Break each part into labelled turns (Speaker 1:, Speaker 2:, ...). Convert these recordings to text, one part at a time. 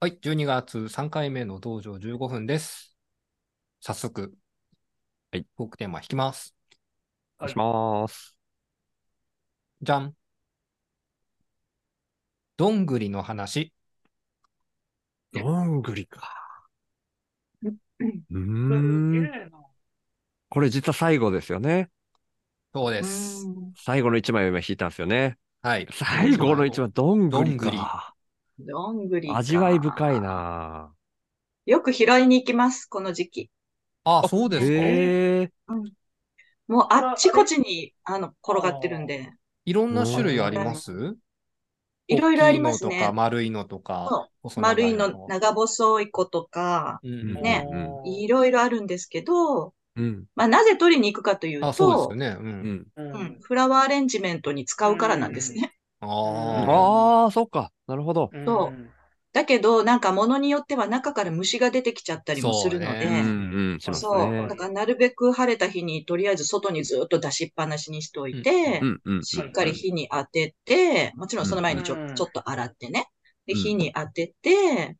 Speaker 1: はい、12月3回目の道場15分です。早速、
Speaker 2: はい、
Speaker 1: トークテーマ引きます。
Speaker 2: お願いします。
Speaker 1: じゃん。どんぐりの話。
Speaker 2: どんぐりか。うーん。これ実は最後ですよね。
Speaker 1: そうです。
Speaker 2: 最後の1枚を今引いたんですよね。
Speaker 1: はい。
Speaker 2: 最後の1枚、どんぐりか。どんぐり。
Speaker 3: どんぐり。
Speaker 2: 味わい深いな
Speaker 3: よく拾いに行きます、この時期。
Speaker 1: あ、そうです
Speaker 3: か。うん、もうあっちこっちにあの転がってるんで。
Speaker 1: いろんな種類あります
Speaker 3: いろいろあります
Speaker 1: ね。いとか丸いのとか。
Speaker 3: 丸いの長細い子とか、うんうん、ね、いろいろあるんですけど、
Speaker 2: うん、
Speaker 3: まあ、なぜ取りに行くかというと、
Speaker 1: そうですよね、うん
Speaker 3: うん、うん、フラワーアレンジメントに使うからなんですね。
Speaker 1: うん
Speaker 2: うん、ああ、そっか。なるほど。
Speaker 3: そう。 だけど、なんか物によっては中から虫が出てきちゃったりもするので、そう、ねうんうんね、だからなるべく晴れた日にとりあえず外にずっと出しっぱなしにしておいて、うんうんうん、しっかり火に当てて、もちろんその前にちょ,、ちょっと洗ってね。で、火に当てて、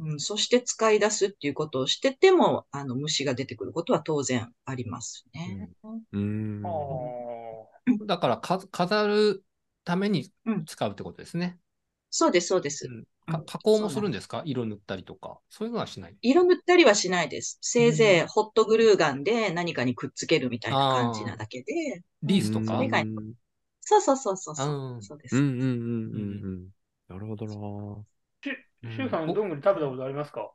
Speaker 3: うん、そして使い出すっていうことをしてても、あの、虫が出てくることは当然ありますね。
Speaker 2: うん。
Speaker 1: うん、だからか、飾るために使うってことですね。
Speaker 3: うん、そうです、そうです、
Speaker 1: うん、加工もするんですか色塗ったりとか。そういうのはしない
Speaker 3: 色塗ったりはしないです。せいぜいホットグルーガンで何かにくっつけるみたいな感じなだけで。
Speaker 1: リースとか
Speaker 3: そうそうそうそうそう。そうです。
Speaker 2: うんうんうんうん。なるほどな。
Speaker 4: しゅうさん、どんぐり食べたことありますか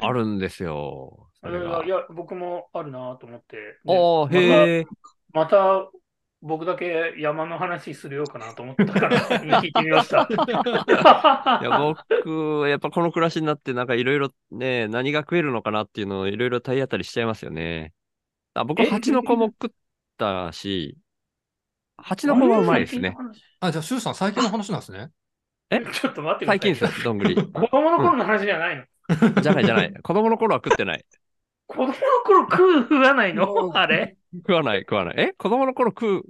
Speaker 2: あるんですよ。
Speaker 4: あれがいや、僕もあるなと思って。
Speaker 2: ああ、へえ、
Speaker 4: ま。また、僕だけ山の話するようかなと思ったから、 聞いてみました。
Speaker 2: いや僕、やっぱこの暮らしになって、なんかいろいろね、何が食えるのかなっていうのをいろいろ体当たりしちゃいますよね。あ僕、蜂の子も食ったし、蜂の子もうまいですね。
Speaker 1: あ、じゃあ、シュウさん、最近の話なんですね。
Speaker 2: え
Speaker 4: ちょっと待って
Speaker 2: 最近ですよ、どんぐり。
Speaker 4: 子供の頃の話じゃないの、
Speaker 2: うん、じゃないじゃ ない。子供の頃は食ってない。
Speaker 4: 子供の頃食う、食わないのあれ
Speaker 2: 食わない、食わない。え子供の頃食う。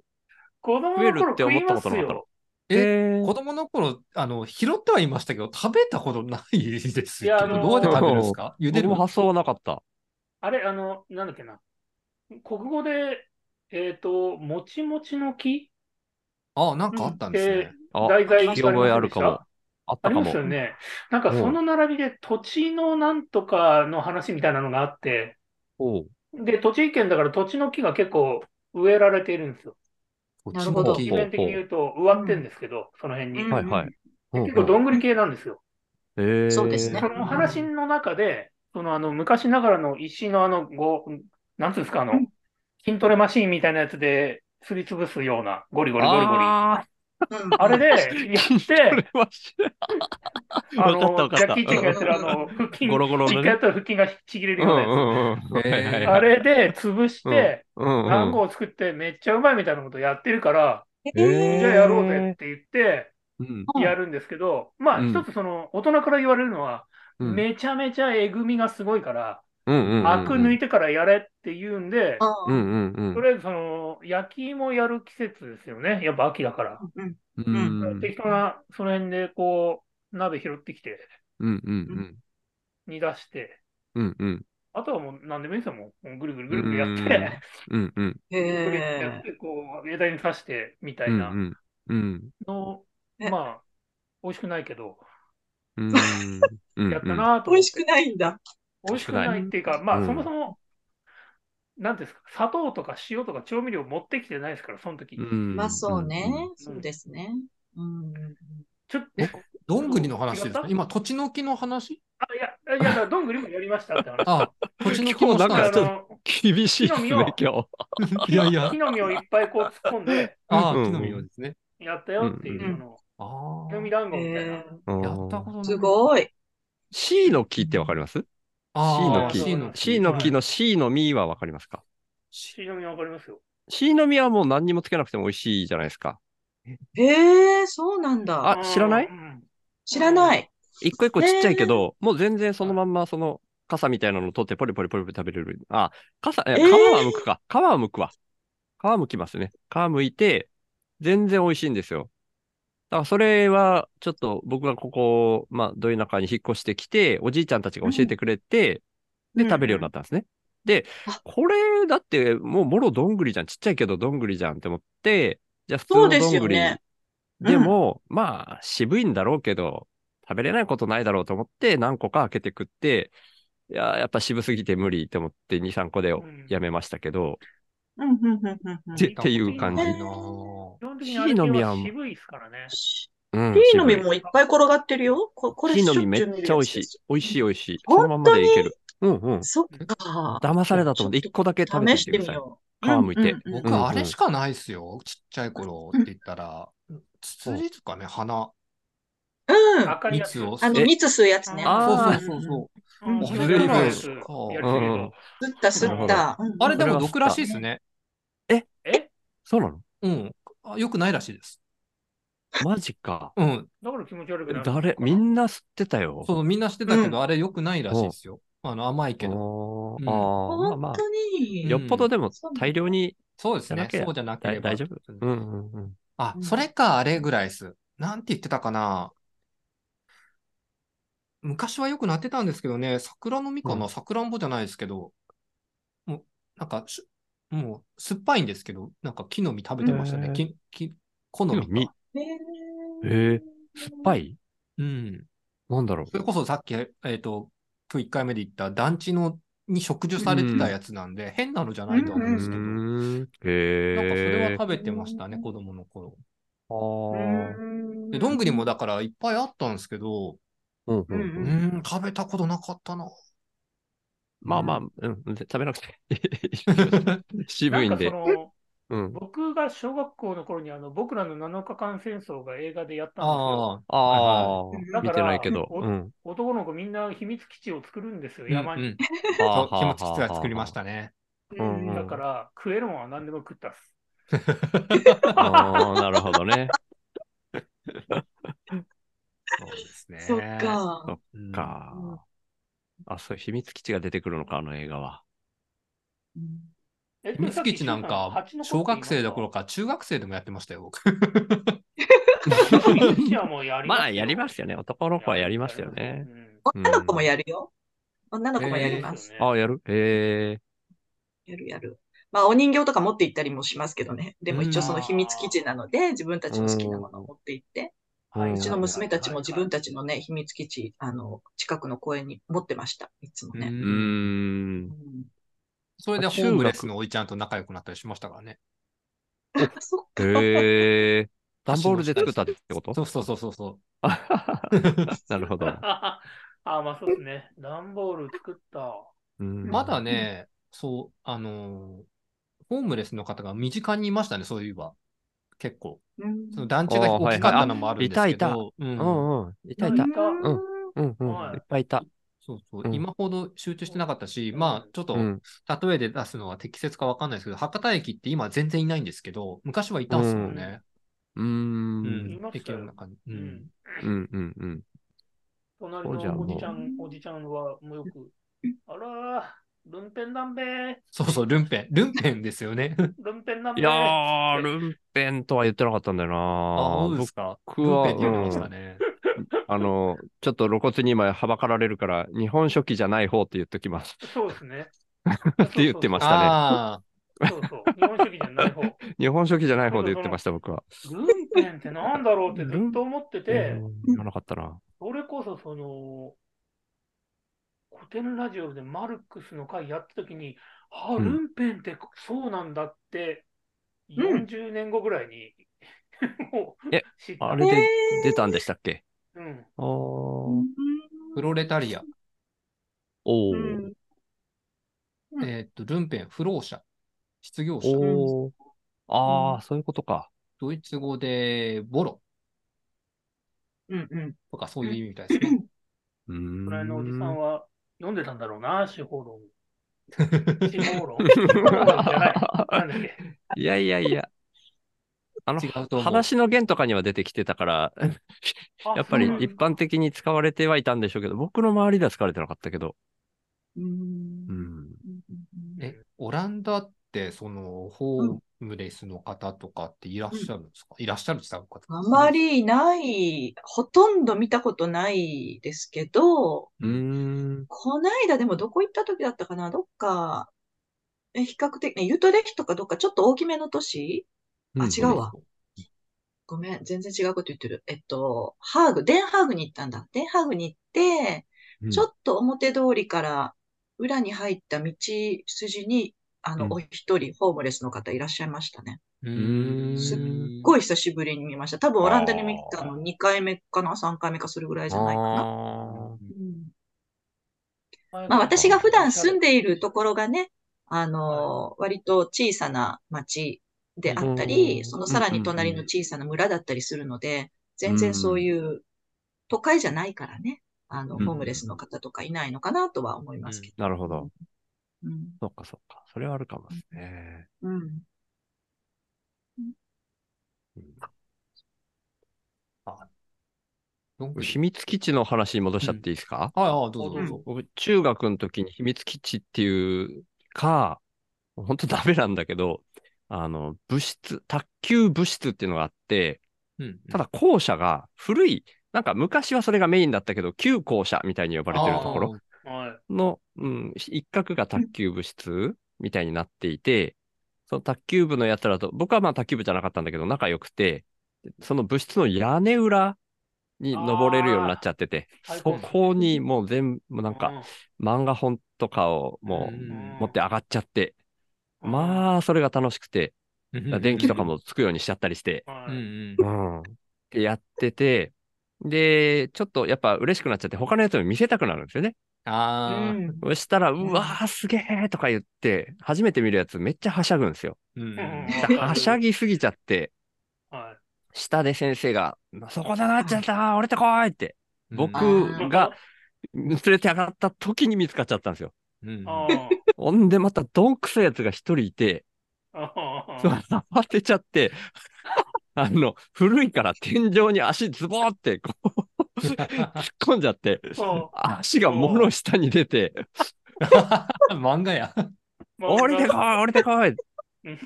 Speaker 4: 子供の頃食いますよ。
Speaker 1: えー、子供の頃あの拾ってはいましたけど、食べたことないですよ。いやあのー、どうやって食べるんですか
Speaker 2: 茹でる発想はなかった。
Speaker 4: あれ、あの、なんだっけな。国語で、えっ、ー、と、もちもちの木
Speaker 1: ああ、なんかあったんですね。
Speaker 2: うん、
Speaker 4: 題材
Speaker 2: 聞き覚えあるかも。あったかも。
Speaker 4: ありますよね。なんかその並びで土地のなんとかの話みたいなのがあって、で、栃木県だから土地の木が結構植えられているんですよ。
Speaker 3: なるほど。
Speaker 4: 地面的に言うと植わってんですけど、うん、その辺に。
Speaker 2: はいはい。
Speaker 4: 結構どんぐり系なんですよ。
Speaker 2: へ、えー、
Speaker 3: そうで すね。
Speaker 4: その話の中で、そのあの昔ながらの石のあの、ごなんつうんですか、あの、筋トレマシーンみたいなやつで、すりつぶすような、ゴリゴリゴリゴリ。あれ で、やって、あの、ジャッキーチェンがやってるあの、腹筋、
Speaker 2: ゴロゴロ
Speaker 4: 実家やったら腹筋がちぎれるようなやつ。
Speaker 2: うんうんうんえー、
Speaker 4: あれで、潰して、団、う、子、んうん、を作ってめっちゃうまいみたいなことやってるから、
Speaker 3: えー、
Speaker 4: じゃあやろうぜって言って、やるんですけど、うん、まあ、一つその、大人から言われるのは、うん、めちゃめちゃえぐみがすごいから、
Speaker 2: うんうんうんうん、
Speaker 4: アク抜いてからやれって言うんで、
Speaker 2: うんうんうん、
Speaker 4: とりあえずその焼き芋やる季節ですよね、やっぱ秋だから。
Speaker 3: うん
Speaker 2: うんうん、
Speaker 4: 適当なその辺でこう鍋拾ってきて、
Speaker 2: うんうんうん、
Speaker 4: 煮出して、
Speaker 2: うんうん、
Speaker 4: あとはもう何でもいいですよ、もうぐるぐるぐるぐるやって、
Speaker 2: うんうん、
Speaker 4: やってこう枝に刺してみたいなの、まあ、美味しくないけど、やったなと。
Speaker 3: 美味しくないんだ。
Speaker 4: 美味しくないっていうか、まあ、うん、そもそも、なんですか、砂糖とか塩とか調味料持ってきてないですから、その時、
Speaker 2: うん、
Speaker 3: まあ、そうね、うん、そうですね。うん。
Speaker 4: ちょっ
Speaker 1: と。どんぐりの話ですか今、土地の木の話
Speaker 4: あ、いや、いや、どんぐりもやりましたっ て話。
Speaker 1: あ、土地の木も
Speaker 2: なんかちょっと厳しいですね、今
Speaker 1: 日。いやいや。
Speaker 4: 木の実をいっぱいこう突っ込んで、
Speaker 1: あ木の実をですね。
Speaker 4: やったよっていうのを、
Speaker 1: ああ。
Speaker 4: 木の実団子みたいな。や
Speaker 1: ったことない。す
Speaker 3: ごい。
Speaker 2: C の木ってわかります
Speaker 1: C の
Speaker 2: 木。C の木の C の実はわかりますか
Speaker 4: ?C の実わかりますよ。
Speaker 2: C の実はもう何にもつけなくても美味しいじゃないですか。
Speaker 3: ええー、そうなんだ。
Speaker 2: あ、知らない
Speaker 3: 知らない。
Speaker 2: 一個一個ちっちゃいけど、えー、もう全然そのまんまその傘みたいなのを取ってポリポリポリポリ食べれる。あ、傘、え、皮は剥くか。皮は剥くわ。皮剥きますね。皮剥いて、全然美味しいんですよ。だからそれは、ちょっと僕がここ、まあ、どういう中に引っ越してきて、おじいちゃんたちが教えてくれて、
Speaker 3: うん
Speaker 2: で、食べるようになったんですね。で、これだってもうもろどんぐりじゃん。ちっちゃいけどどんぐりじゃんって思って、じゃあ普通のどんぐり。
Speaker 3: そうですよね
Speaker 2: でも、まあ渋いんだろうけど、食べれないことないだろうと思って何個か開けて食って、いや、やっぱ渋すぎて無理って思って2、3個でやめましたけど、
Speaker 3: うんうんうんうんうん。
Speaker 2: ってっていう感じ。
Speaker 3: えー
Speaker 1: の
Speaker 4: 基本的
Speaker 2: シ
Speaker 4: にあれ
Speaker 2: ーノミは、
Speaker 4: 渋いですからね。
Speaker 2: うん
Speaker 3: ピーの
Speaker 2: 渋い
Speaker 3: 実もいっぱい転がってるよ。ここれ
Speaker 2: 木の実め
Speaker 3: しょちゅう見
Speaker 2: っ
Speaker 3: るやつ
Speaker 2: ちゃ美味しい
Speaker 3: です。
Speaker 2: 美味しい美味しい。
Speaker 3: 本
Speaker 2: その
Speaker 3: 当に
Speaker 2: まんまでいける。うんうん。
Speaker 3: そっか。
Speaker 2: 騙されたと思って、1個だけ食べ
Speaker 3: 試
Speaker 2: てみて
Speaker 3: して
Speaker 2: く
Speaker 3: み
Speaker 2: ださい。
Speaker 3: よう。
Speaker 2: 皮むいて
Speaker 3: うんうん
Speaker 2: うん
Speaker 3: うん
Speaker 2: うん
Speaker 1: 僕、あれしかないですよ。ちっちゃい頃って言ったら、ツツジとかね、花、
Speaker 3: うん。
Speaker 4: わかりやすい
Speaker 1: 蜜を。
Speaker 3: あの、
Speaker 2: え
Speaker 3: 蜜吸うやつね。
Speaker 2: あ
Speaker 1: そ
Speaker 2: ー
Speaker 1: うそうそうそう。
Speaker 4: うん
Speaker 3: あ
Speaker 4: そ
Speaker 1: ず
Speaker 4: れ
Speaker 1: るい
Speaker 4: や
Speaker 1: な
Speaker 4: るやつ
Speaker 1: そう
Speaker 4: やりすぎると
Speaker 3: 吸った、吸った。
Speaker 1: あれでも
Speaker 2: 俺は吸った
Speaker 1: 毒らしいですね。
Speaker 4: え
Speaker 2: そうなの
Speaker 1: うん。あよくないらしいです。
Speaker 2: マジ か。
Speaker 1: うん。
Speaker 4: だから気持ち悪くなる。
Speaker 2: 誰、みんな吸ってたよ。
Speaker 1: そう、みんな知ってたけ
Speaker 3: う
Speaker 1: ど、あれよくないらしいですよ。あの、甘いけど。う
Speaker 2: おー
Speaker 1: ん
Speaker 2: あー、まあ
Speaker 3: 本
Speaker 2: まあ、
Speaker 3: 当に。
Speaker 2: よっぽどでも大量に、
Speaker 1: そうですね。
Speaker 2: じゃなきゃ
Speaker 1: そうじゃなければ。
Speaker 2: 大丈夫うんうんうん。
Speaker 1: あ
Speaker 3: う、ん
Speaker 1: それか、あれぐらいです。なんて言ってたかな。昔はよくなってたんですけどね、桜の実か
Speaker 2: う
Speaker 1: な、
Speaker 2: ん
Speaker 1: 桜んぼじゃないですけど、もう、なんかし、もう、酸っぱいんですけど、なんか木の実食べてました
Speaker 2: へ
Speaker 1: ね。
Speaker 2: ー
Speaker 1: き、き、木の
Speaker 2: 木の
Speaker 1: 実か。
Speaker 3: へ
Speaker 2: へ
Speaker 3: え
Speaker 2: え酸っぱい
Speaker 1: うん。
Speaker 2: なんだろ
Speaker 1: それこそさっき、えっ、と、今日1回目で言った団地の、に植樹されてたやつなんで、変なのじゃないと
Speaker 2: う。
Speaker 1: 思うんですけど、
Speaker 2: う
Speaker 1: なんか
Speaker 2: ーん
Speaker 1: それは
Speaker 2: へえ。
Speaker 1: 食べてましたね、子供の頃。
Speaker 2: あー
Speaker 1: で、どんぐりも
Speaker 3: だ。
Speaker 1: だからいっぱいあったんですけど、
Speaker 2: うんうん
Speaker 3: うん
Speaker 1: う
Speaker 3: うん
Speaker 1: ん、食べたことなかったな。
Speaker 2: まあまあ、うん、食べなくて。渋いんで。
Speaker 4: なんかその
Speaker 2: うん。
Speaker 4: 僕が小学校の頃にあの僕らの7日間戦争が映画でやったんですよ。
Speaker 1: ああ、
Speaker 2: あ
Speaker 3: い
Speaker 2: あ、
Speaker 4: だ
Speaker 2: 見
Speaker 4: か
Speaker 2: て
Speaker 4: ら
Speaker 2: ないけど。
Speaker 4: お
Speaker 2: うん。
Speaker 4: 男の子みんな秘密基地を作るんですよ、
Speaker 1: うん
Speaker 4: 山に。
Speaker 1: うん
Speaker 2: はあ
Speaker 1: そう
Speaker 2: は
Speaker 1: 秘
Speaker 2: あ
Speaker 1: 密基地は作りまし
Speaker 2: は
Speaker 1: たね。
Speaker 2: う
Speaker 3: う
Speaker 2: んうん
Speaker 3: ん
Speaker 4: だから食えるもんは何でも食ったっす。
Speaker 2: あはあ。ああ、なるほどね。
Speaker 1: そうですね。
Speaker 3: そっか。
Speaker 1: うん。
Speaker 2: か。あ、そう、秘密基地が出てくるのか、あの映画は。
Speaker 4: え
Speaker 1: 秘密基地なんか、小学生どころ
Speaker 4: か。
Speaker 1: か中学生でもやってましたよ、僕。
Speaker 4: 秘密基地はもうやりますよ。
Speaker 2: まあ、やりますよね。男の子はやりますよね。
Speaker 4: うん。
Speaker 3: 女の子もやるよ。女の子もやります。
Speaker 4: すよね
Speaker 2: ああ、やるへえ。
Speaker 3: やるやる。まあ、お人形とか持って行ったりもしますけどね。でも一応その秘密基地なので、自分たちの好きなものを持って行って、
Speaker 4: はいう
Speaker 3: ちの
Speaker 2: うん
Speaker 3: 娘たちも自分たちのね、秘密基地、あの、近くの公園に持ってました。いつも
Speaker 1: う
Speaker 3: ね。
Speaker 2: うんーん。
Speaker 3: うん
Speaker 1: それでホームレスのおいちゃんと仲良くなったりしましたからね。
Speaker 3: あそっか。
Speaker 2: へえ。段ボールで作ったってこと
Speaker 1: そうそうそうそうそう。
Speaker 2: なるほ ど。
Speaker 4: ああ、まあそうですね。段ボール作った。
Speaker 2: うん
Speaker 1: まだね、そう、あのーホームレスの方が身近にいましたね、そういえば。結構。
Speaker 3: うん
Speaker 1: その団地が大きかったのもあるんですけ
Speaker 2: あーはいは
Speaker 1: ど、う
Speaker 2: うんんうん。いたいた。んうんうん
Speaker 4: は。い
Speaker 2: いっぱいいた。
Speaker 1: そうそうう、
Speaker 2: ん
Speaker 1: 今ほど集中してなかったし、まあ、ちょっと、
Speaker 2: うん。
Speaker 1: 例えで出すのは適切かわかんないですけど、博多駅って今全然いないんですけど、昔はいたんですもんね。
Speaker 2: うー。
Speaker 1: うんん
Speaker 4: い。まし
Speaker 1: 駅
Speaker 4: たよ
Speaker 1: の中に。う
Speaker 4: うんん。
Speaker 2: うんうんうん。
Speaker 4: 隣
Speaker 2: そうじゃん
Speaker 4: のおじちゃ
Speaker 3: も
Speaker 4: ん、おじちゃんはもうよく、あらー、ルンペンだんべー、
Speaker 1: そうそう、ルンペン。ルンペンですよね。
Speaker 4: ルンペンだんべ
Speaker 2: い
Speaker 4: ー。
Speaker 2: やー、ルンペンとは言ってなかったんだよ
Speaker 1: あ、
Speaker 2: な
Speaker 1: そうですか。
Speaker 2: 僕
Speaker 1: ルン
Speaker 2: は、
Speaker 1: ペンって言うのました
Speaker 2: うん
Speaker 1: ね。
Speaker 2: あの、ちょっと露骨に今はばかられるから、日本書紀じゃない方って言っときます。
Speaker 4: そうですね。
Speaker 2: って言ってましたね
Speaker 1: あ
Speaker 4: そうそう。日本主義じゃない方。ル
Speaker 2: 日本書紀じゃない方で言ってました、僕は。
Speaker 4: ンペンってなんだろうってずっと思って て、
Speaker 2: うん言わなかったな。
Speaker 4: それこそその、古典ラジオでマルクスの会やった時に、あ、
Speaker 2: うん
Speaker 4: ルンペンってそうなんだって、
Speaker 3: うん
Speaker 4: 40年後ぐらいに、 もう
Speaker 2: え
Speaker 4: 知った。
Speaker 2: あれ
Speaker 3: え
Speaker 2: で出たんでしたっけ
Speaker 4: うん。
Speaker 2: あーお
Speaker 1: あ、プロレタリア。
Speaker 2: お
Speaker 3: うんうん
Speaker 1: えーっと、ルンペン、不老者。失業者。
Speaker 2: おーああ、そういうことか。
Speaker 1: ドイツ語で、ボロ
Speaker 3: うんうん。
Speaker 1: とかそういう意味みたいですね。
Speaker 2: うー
Speaker 4: この辺のおじさん
Speaker 2: ん。
Speaker 4: は読んでたんだろうな、司法 論。司法論。司法論じゃない。なんだっ け。
Speaker 2: いやいやいや。あの
Speaker 1: 違うと思う、
Speaker 2: 話の弦とかには出てきてたから、
Speaker 4: あ
Speaker 2: やっぱり
Speaker 4: そうなん
Speaker 2: 一
Speaker 4: だ
Speaker 2: 般的に使われてはいたんでしょうけど、僕の周りでは使われてなかったけど。
Speaker 3: うん
Speaker 2: うん。
Speaker 1: え、オランダって、その、ホームレスの方とかっていらっしゃるんですか、いらっしゃるって言ったのか。
Speaker 3: あまりない、ほとんど見たことないですけど、
Speaker 2: うーん。
Speaker 3: こないだでもどこ行った時だったかなどっか、え比較的、ね、ユートレヒとかどっかちょっと大きめの都市あ違うわ。ごめん、全然違うこと言ってる。えっと、ハーグ、デンハーグに行ったんだ。デンハーグに行って、ちょ
Speaker 2: と、
Speaker 3: っと表通りから裏に入った道筋に、あの
Speaker 2: う、ん
Speaker 3: お一人、ホームレスの方いらっしゃいましたね。
Speaker 1: う
Speaker 2: ーん
Speaker 3: すっすっ
Speaker 1: い。
Speaker 3: ごい久しぶりに見ました。多分オランダに見たの2回目かな ?3 回目かそれぐらいじゃないかな。
Speaker 2: あ
Speaker 3: うんま
Speaker 4: ま
Speaker 3: あ、私が普段住んでいるところがね、あの、割と小さな町であった
Speaker 2: う
Speaker 3: り、
Speaker 2: ん
Speaker 3: そのさらに隣の小さな村だったりするので、全然そういう都会じゃないからね、あの、
Speaker 2: うん
Speaker 3: ホームレスの方とかいないのかなとは思いますけ
Speaker 2: ーなるほど。
Speaker 3: ど。うん。
Speaker 2: そっかそっか。それはあるかもですね。
Speaker 3: うん。
Speaker 1: うん
Speaker 2: 秘密基地の話に戻しちゃっていいですか、
Speaker 1: はい、はい、どうぞどうぞ。
Speaker 2: 僕、中学の時に秘密基地っていうか、本当ダメなんだけど、あの、部室、卓球部室っていうのがあって、
Speaker 1: うん
Speaker 2: ただ校舎が古い、なんか昔はそれがメインだったけど、旧校舎みたいに呼ばれてるところ。
Speaker 4: はい。
Speaker 2: の、うん、一角が卓球部室みたいになっていて、その卓球部のやつらと、僕はまあ卓球部じゃなかったんだけど、仲良くて、その部室の屋根裏に登れるようになっちゃってて、
Speaker 4: あー
Speaker 2: そこにもう全部、なんか漫画本とかをも
Speaker 1: う
Speaker 2: うん持って上がっちゃって、
Speaker 4: うん、
Speaker 2: まあ、それが楽しくて、電気とかもつくようにしちゃったりして、
Speaker 4: あ、は
Speaker 1: うんうん。
Speaker 4: い
Speaker 2: うん。ってやってて、で、ちょっとやっぱ嬉しくなっちゃって、他のやつに見せたくなるんですよね。
Speaker 1: あ
Speaker 3: うん
Speaker 2: そしたら、うんわー、すげーとか言って、初めて見るやつめっちゃはしゃぐんですよ。
Speaker 1: ーうん
Speaker 4: うん
Speaker 2: はしゃぎすぎちゃって、
Speaker 4: はい
Speaker 2: 下で先生が、そこだなっちゃった、俺とこーいって、僕が連れて上がった時に見つかっちゃったんですよ。
Speaker 1: うん
Speaker 4: あ
Speaker 2: ほんで、またどんくさいやつが一人いて、
Speaker 4: あ
Speaker 2: そう慌てちゃって、 あの、古いから天井に足ズボーってこう、 突っ込んじゃって、
Speaker 4: そう
Speaker 2: 足が物下に出て、
Speaker 1: 漫画や。
Speaker 2: 降りてこーい、降りてこー
Speaker 4: う
Speaker 2: い、
Speaker 4: ん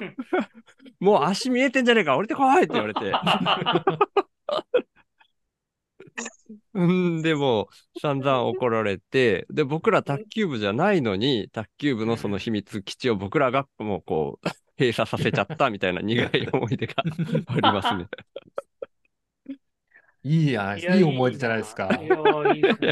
Speaker 2: もう足見えてんじゃねえか、降りてこーいって言われて。うん、でも、散々怒られて、で、僕ら卓球部じゃないのに、卓球部のその秘密基地を僕らがもうこう、 閉鎖させちゃったみたいな苦い思い出が ありま すね。
Speaker 1: いいやないですか。いい思い出じゃないですか。
Speaker 4: いや、いいですね。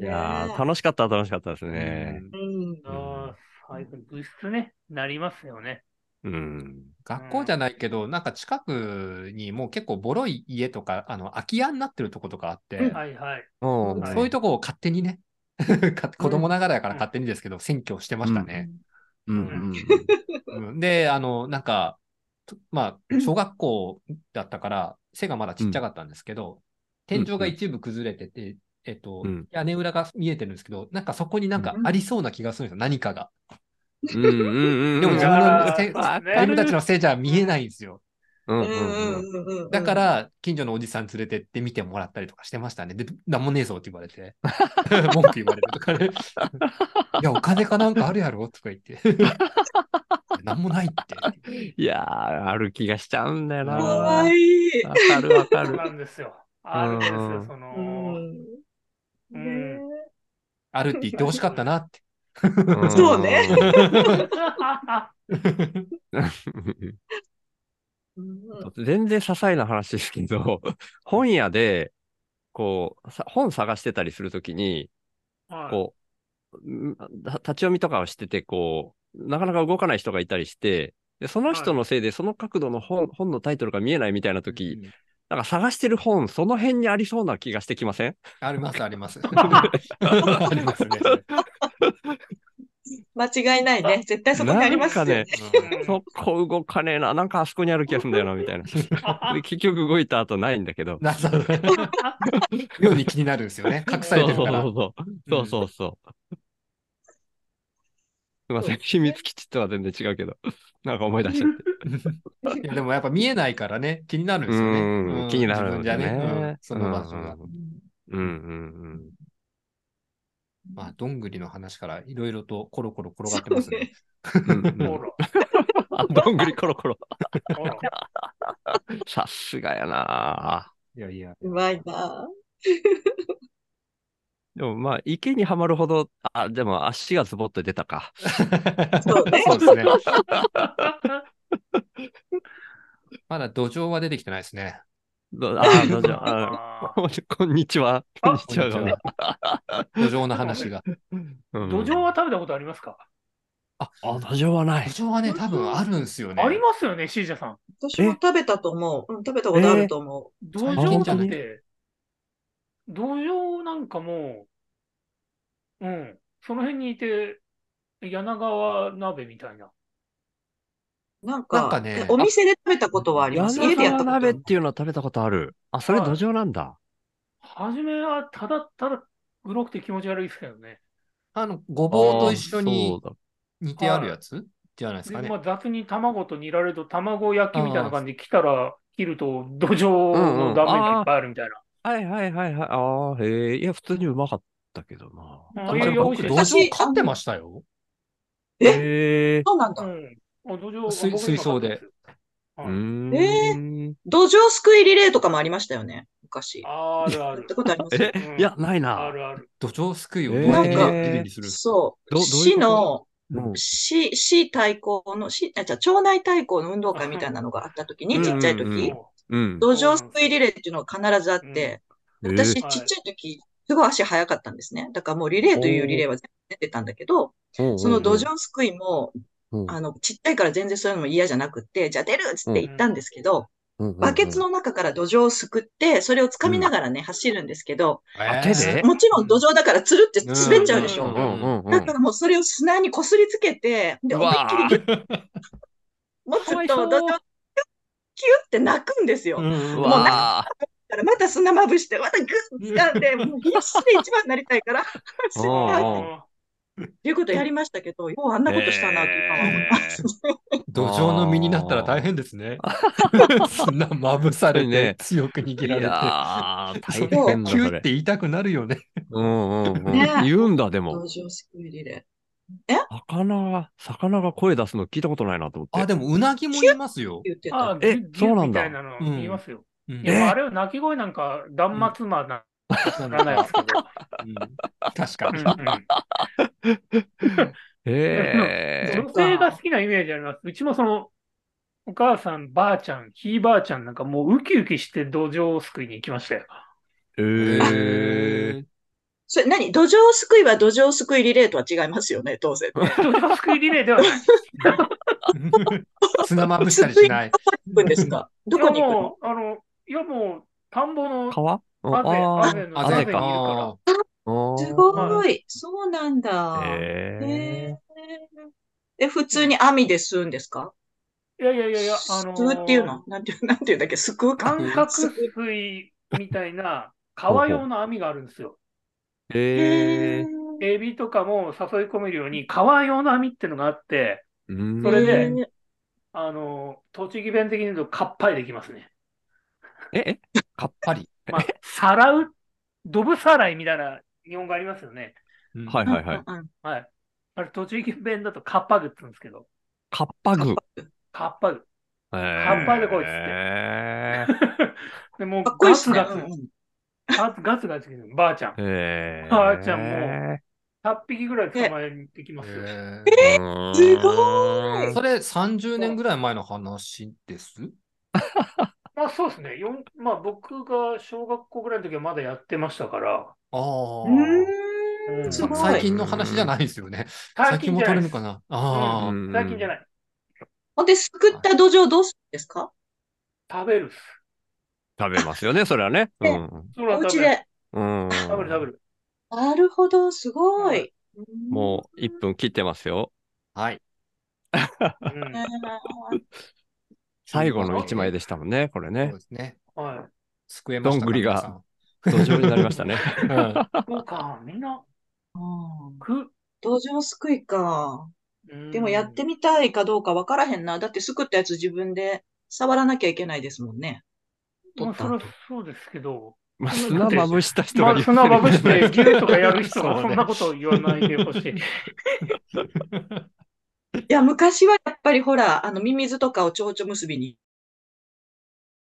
Speaker 2: いや
Speaker 3: ね
Speaker 2: ー、
Speaker 3: え
Speaker 2: 楽しかった、楽しかったですね。
Speaker 3: うん
Speaker 4: あーはい物質ね、なりますよね。
Speaker 2: うん。
Speaker 1: 学校じゃないけど、なんか近くにもう結構ボロい家とか、あの空き家になってるとことかあって、
Speaker 3: うん
Speaker 4: はいはい。
Speaker 2: うん
Speaker 1: そういうとこを勝手にね、 か子供ながらやから勝手にですけど、占拠してましたね。
Speaker 2: うんうん
Speaker 1: うんで、あの、なんか、とまあ、小学校だったから、背がまだちっちゃかったんですけど、
Speaker 2: うん
Speaker 1: 天井が一部崩れてて、えっと、
Speaker 2: うん
Speaker 1: 屋根裏が見えてるんですけど、なんかそこになんかありそうな気がするんですよ、何かが。
Speaker 2: うんうんうん。
Speaker 1: でも
Speaker 4: うん
Speaker 1: 自分のせ
Speaker 4: わかる
Speaker 1: 自分たちのせいじゃ見えないんですよ。
Speaker 2: うんう
Speaker 3: うんう
Speaker 2: ん
Speaker 3: ん
Speaker 2: うん
Speaker 3: うんうんうん
Speaker 1: だか、ら、近所のおじさん連れてって見てもらったりとかしてましたね。で、なんもねえぞって言われ て、文句言われるとかね。いや、お金かなんかあるやろとか言 って。なんもないって。
Speaker 2: いやー、ある気がしちゃうんだよな。
Speaker 3: か
Speaker 2: わ
Speaker 3: わいい。
Speaker 2: かるわか
Speaker 4: そう
Speaker 2: る。
Speaker 4: なんですよ。あるんですよ、その。う
Speaker 3: う
Speaker 4: んん
Speaker 3: ねえ
Speaker 1: あるって言ってほしかったなって。
Speaker 2: ん
Speaker 3: そうね。うん
Speaker 2: 全然些細な話ですけ ど、本屋で、こう、さ本探してたりするときに、こう、んた立ち読みとかをしてて、こう、なかなか動かない人がいたりして、でその人のせいで、その角度の本本のタイトルが見えないみたいなとき、
Speaker 1: うん
Speaker 2: なんか探してる本、その辺にありそうな気がしてきません
Speaker 1: あります、あり ます。 ありますね。それ
Speaker 3: 間違いないね。絶対そこにありますよ
Speaker 2: なんかね
Speaker 3: ね。
Speaker 4: うん
Speaker 2: そこ動かねえな、なんかあそこにある気がするんだよな、みたいな。 で結局動いた後ないんだけど
Speaker 1: う。んなさ妙に気になるんですよね。隠されてるから
Speaker 2: そ。うそうそうそうそうそう。すいません、秘密基地とは全然違うけど、 なんか思い出しちゃって。
Speaker 1: いやでもやっぱ見えないからね、気になるんですよね。
Speaker 2: うん
Speaker 1: うん
Speaker 2: 気になる
Speaker 1: 自分
Speaker 2: ん
Speaker 1: じゃ
Speaker 2: だよね
Speaker 1: ね。うんその場所
Speaker 2: うんうん
Speaker 1: が
Speaker 2: うん。うんうん
Speaker 1: まあ、どんぐりの話からいろいろとコロコロ転がってますね。
Speaker 2: うんうんうん
Speaker 4: ほら
Speaker 2: どんぐりコロコロ。さすがやない
Speaker 1: やいや。
Speaker 3: うまいな。
Speaker 2: でもまあ、池にはまるほど、あ、でも足がズボッと出たか。
Speaker 3: そうね。
Speaker 1: そうです ね。まだ土壌は出てきてないですね。
Speaker 2: どあ、 どうじゃあ。こんにちは。こんにちはがね。
Speaker 1: 土壌の 話が。
Speaker 2: うん
Speaker 4: 土壌は食べたことありますか
Speaker 1: あ、
Speaker 2: あ、土壌はない。
Speaker 1: 土壌はね、多分あるんですよね。
Speaker 4: ありますよね、シージャさん。
Speaker 3: 私も食べたと思う。うん、食べたことあると思う。
Speaker 4: 土壌って、土壌なんかもう、うん、その辺にいて、柳川鍋みたいな。
Speaker 1: な
Speaker 3: なん
Speaker 1: んか
Speaker 3: か
Speaker 1: ね、
Speaker 3: お店で食べたことはあります。家でやっ
Speaker 2: 柳
Speaker 3: たこと
Speaker 2: 川
Speaker 3: は
Speaker 2: 鍋っていうのは食べたことある。あ、それ土壌なんだ。
Speaker 4: 初めはただただグロくて気持ち悪いですけどね。
Speaker 1: あの、ごぼうと一緒に
Speaker 2: あー。そう
Speaker 1: 煮てあるやつじゃないですか
Speaker 4: で
Speaker 1: ね
Speaker 4: ま。あ、雑に卵と煮られると卵焼きみたいな感じで来たら切ると土壌の断面がいっぱいあるみたい
Speaker 2: だはいはいはいはい。ああ、へえ。いや、普通にうまかったけどな。
Speaker 4: な。
Speaker 1: あ
Speaker 4: うん、
Speaker 1: れ
Speaker 4: 栄養美
Speaker 1: 僕、土
Speaker 4: 味しいです
Speaker 1: 壌飼ってましたよ。
Speaker 3: え
Speaker 2: へえ。
Speaker 3: そうなん
Speaker 4: う
Speaker 3: だ。
Speaker 4: ん。お土壌
Speaker 1: 水水槽で。
Speaker 4: あ
Speaker 2: うーん
Speaker 3: え土壌すくいリレーとかもありましたよね、昔。や
Speaker 4: あるある
Speaker 3: っ。たことあります
Speaker 2: え
Speaker 4: うん
Speaker 2: いや、ない
Speaker 4: あ
Speaker 2: な。
Speaker 4: るある。
Speaker 1: 土壌すくいをどう
Speaker 2: え
Speaker 1: やっ
Speaker 2: ー
Speaker 1: てリレーにするんですか
Speaker 3: そう。
Speaker 2: どどういうこと
Speaker 3: 市の、
Speaker 2: うん
Speaker 3: 市、市対抗の、市、あ、じゃあ町内対抗の運動会みたいなのがあった時
Speaker 2: う
Speaker 3: に、
Speaker 2: ん
Speaker 3: ちっちゃい
Speaker 2: うん
Speaker 3: 時、
Speaker 2: うん。
Speaker 3: 土壌救いリレーっていうのが必ずあって、
Speaker 2: うん
Speaker 3: 私
Speaker 4: え
Speaker 3: ち
Speaker 4: ー
Speaker 3: っちゃい時、すごい足早かったんですね。だからもうリレーというリレーは全部出てたんだけど、その土壌すくいも、
Speaker 2: うん
Speaker 3: あの、ちっちゃいから全然そういうのも嫌じゃなくって、じゃあ出るっつって行ったんですけど、バケツの中から土壌をすくって、それを掴みながらね、走るんですけど、
Speaker 2: あ手でえ
Speaker 3: もちろん土壌だからつるって滑っちゃうでし
Speaker 1: う
Speaker 3: ょ
Speaker 1: ん。
Speaker 3: だからもうそれを砂にこすりつけて、で、
Speaker 2: う
Speaker 3: 思いっ
Speaker 2: わ
Speaker 3: きり
Speaker 2: ー
Speaker 3: 持つ
Speaker 2: かわい
Speaker 3: と、
Speaker 2: そう
Speaker 3: どどキュッキュッって泣くんですよ。だ
Speaker 2: う
Speaker 3: もうなん
Speaker 2: わあ。
Speaker 3: からまた砂まぶして、またグッて掴んで、もう必死で一番になりたいから、走りたいっ
Speaker 2: うん
Speaker 3: ていうことやりましたけど、ようあんなことしたなって今は思います。
Speaker 1: 土壌の身になったら大変ですね。 砂まぶされ
Speaker 2: そう
Speaker 1: て
Speaker 2: ね、
Speaker 1: 強く
Speaker 2: い
Speaker 1: 握 られて。
Speaker 2: やー、
Speaker 1: そう
Speaker 2: 大変だ、
Speaker 1: キュー
Speaker 2: そ
Speaker 1: っ
Speaker 2: れ。
Speaker 1: て言いたくなるよね。
Speaker 2: うんうんうん
Speaker 3: ね
Speaker 2: 言うんだ、で
Speaker 3: 同
Speaker 2: も。
Speaker 3: 情スクリレ
Speaker 2: 魚が、魚が声出すの聞いたことないなと思って。
Speaker 1: あ、でも、うなぎもいますよ
Speaker 3: ー。言って
Speaker 4: あ
Speaker 3: た。
Speaker 2: え
Speaker 4: ぎゅ
Speaker 2: そうなんだ
Speaker 4: ぎゅみたいなの言いますよ。
Speaker 1: うん
Speaker 4: いや、あれは鳴き声なんか、断末魔な、
Speaker 1: うん
Speaker 4: ならないですけど。
Speaker 1: 確か
Speaker 4: う
Speaker 1: に。
Speaker 4: んうん
Speaker 2: へ
Speaker 4: 女性が好きなイメージあります。うちもその、お母さん、ばあちゃん、ひいばあちゃんなんかもうウキウキして土壌を救いに行きました よ。
Speaker 2: え。へえ。
Speaker 3: それ何土壌すくいは土壌すくいリレーとは違いますよね、当然。
Speaker 4: 土壌救いリレーではない。
Speaker 1: 砂まぶしたりし ない。
Speaker 3: 行くんですかどこに行くの
Speaker 4: もう、あの、いやもう、田んぼの、
Speaker 2: 川
Speaker 4: あぜ、あぜの、
Speaker 1: あ
Speaker 4: あ
Speaker 2: ぜ
Speaker 4: ぜにい
Speaker 2: 風
Speaker 4: る
Speaker 2: か
Speaker 4: から。
Speaker 1: か。
Speaker 3: す
Speaker 4: は
Speaker 3: ごい。そうなんだ。
Speaker 2: へ
Speaker 3: へ
Speaker 2: え
Speaker 3: ー。え、普通に網で吸うんですか
Speaker 4: いやいやいやいや、あのー、
Speaker 3: 吸うっていうのなんていう、 なんていうんだっけすくうか。
Speaker 4: 三角水みたいな川用の網があるんですよ。
Speaker 2: へえ。
Speaker 3: ー
Speaker 4: エビとかも誘い込めるように川用の網ってのがあって、
Speaker 2: うん
Speaker 4: それで
Speaker 3: へー
Speaker 4: あのー、栃木弁的に言うと、かっぱいできますね。
Speaker 2: え、え、
Speaker 1: かっぱり。
Speaker 4: まあ、さらう、ドブさらいみたいな日本語ありますよね。
Speaker 2: はいはいはい。
Speaker 3: うんうんうん
Speaker 4: はい。あれ、栃木弁だとカッパグって言うんですけど、
Speaker 2: カッパグ。
Speaker 4: カッパグ。
Speaker 2: カ
Speaker 4: ッパでこいっつって
Speaker 2: へ
Speaker 4: でもう
Speaker 3: かっこい
Speaker 4: ガ
Speaker 3: いっ
Speaker 4: ツ
Speaker 3: すね。
Speaker 4: ガツ、
Speaker 3: うんうん
Speaker 4: ガツガツガツガツ、ばあちゃん。
Speaker 2: え。
Speaker 4: ばあちゃんも8匹ぐらい捕まえてきますよ。
Speaker 2: え
Speaker 3: す
Speaker 2: ご
Speaker 1: それ30年ぐらい前の話です
Speaker 4: まあそうですね。よんまあ僕が小学校ぐらいの時はまだやってましたから、
Speaker 1: ああ。
Speaker 3: うーん、すごい。
Speaker 1: 最近の話じゃないですよね。最近も取れるかなあ
Speaker 4: うん最近じゃない。
Speaker 3: ほんで、すくった土壌どうするんですか
Speaker 4: 食べるっす。
Speaker 2: 食べますよね、それはね。う
Speaker 3: え
Speaker 2: ん。
Speaker 4: それは
Speaker 3: お
Speaker 4: 食
Speaker 3: 家
Speaker 4: べる。
Speaker 3: で。
Speaker 2: うん。
Speaker 4: 食べる食べる。
Speaker 3: なるほど、すごい。
Speaker 2: もう1分切ってますよ。
Speaker 1: あ。はい。
Speaker 4: うん
Speaker 3: ね
Speaker 2: 最後の1枚でしたもんね、これ
Speaker 1: そう
Speaker 2: ね。
Speaker 1: ですね。
Speaker 4: は
Speaker 1: 救えましたか
Speaker 2: どんぐりが。土壌になりましたね。
Speaker 1: 皆 さんうん
Speaker 4: い。そうか、みんな、
Speaker 3: うん
Speaker 4: く、
Speaker 3: 土壌すくいか。
Speaker 4: うん
Speaker 3: でもやってみたいかどうかわからへんな。だってすくったやつ自分で触らなきゃいけないですもんね。
Speaker 4: ま
Speaker 3: 取
Speaker 4: あそ
Speaker 3: った
Speaker 4: り
Speaker 3: 後
Speaker 4: ゃそうですけど、
Speaker 2: まあ、砂まぶした人
Speaker 4: まあ、
Speaker 2: が言ってる
Speaker 4: 砂まぶして、牛とかやる人が
Speaker 2: そう
Speaker 4: そん
Speaker 2: ね
Speaker 4: なことを言わないでほしい。
Speaker 3: いや、昔はやっぱりほら、あの、ミミズとかを蝶々結びに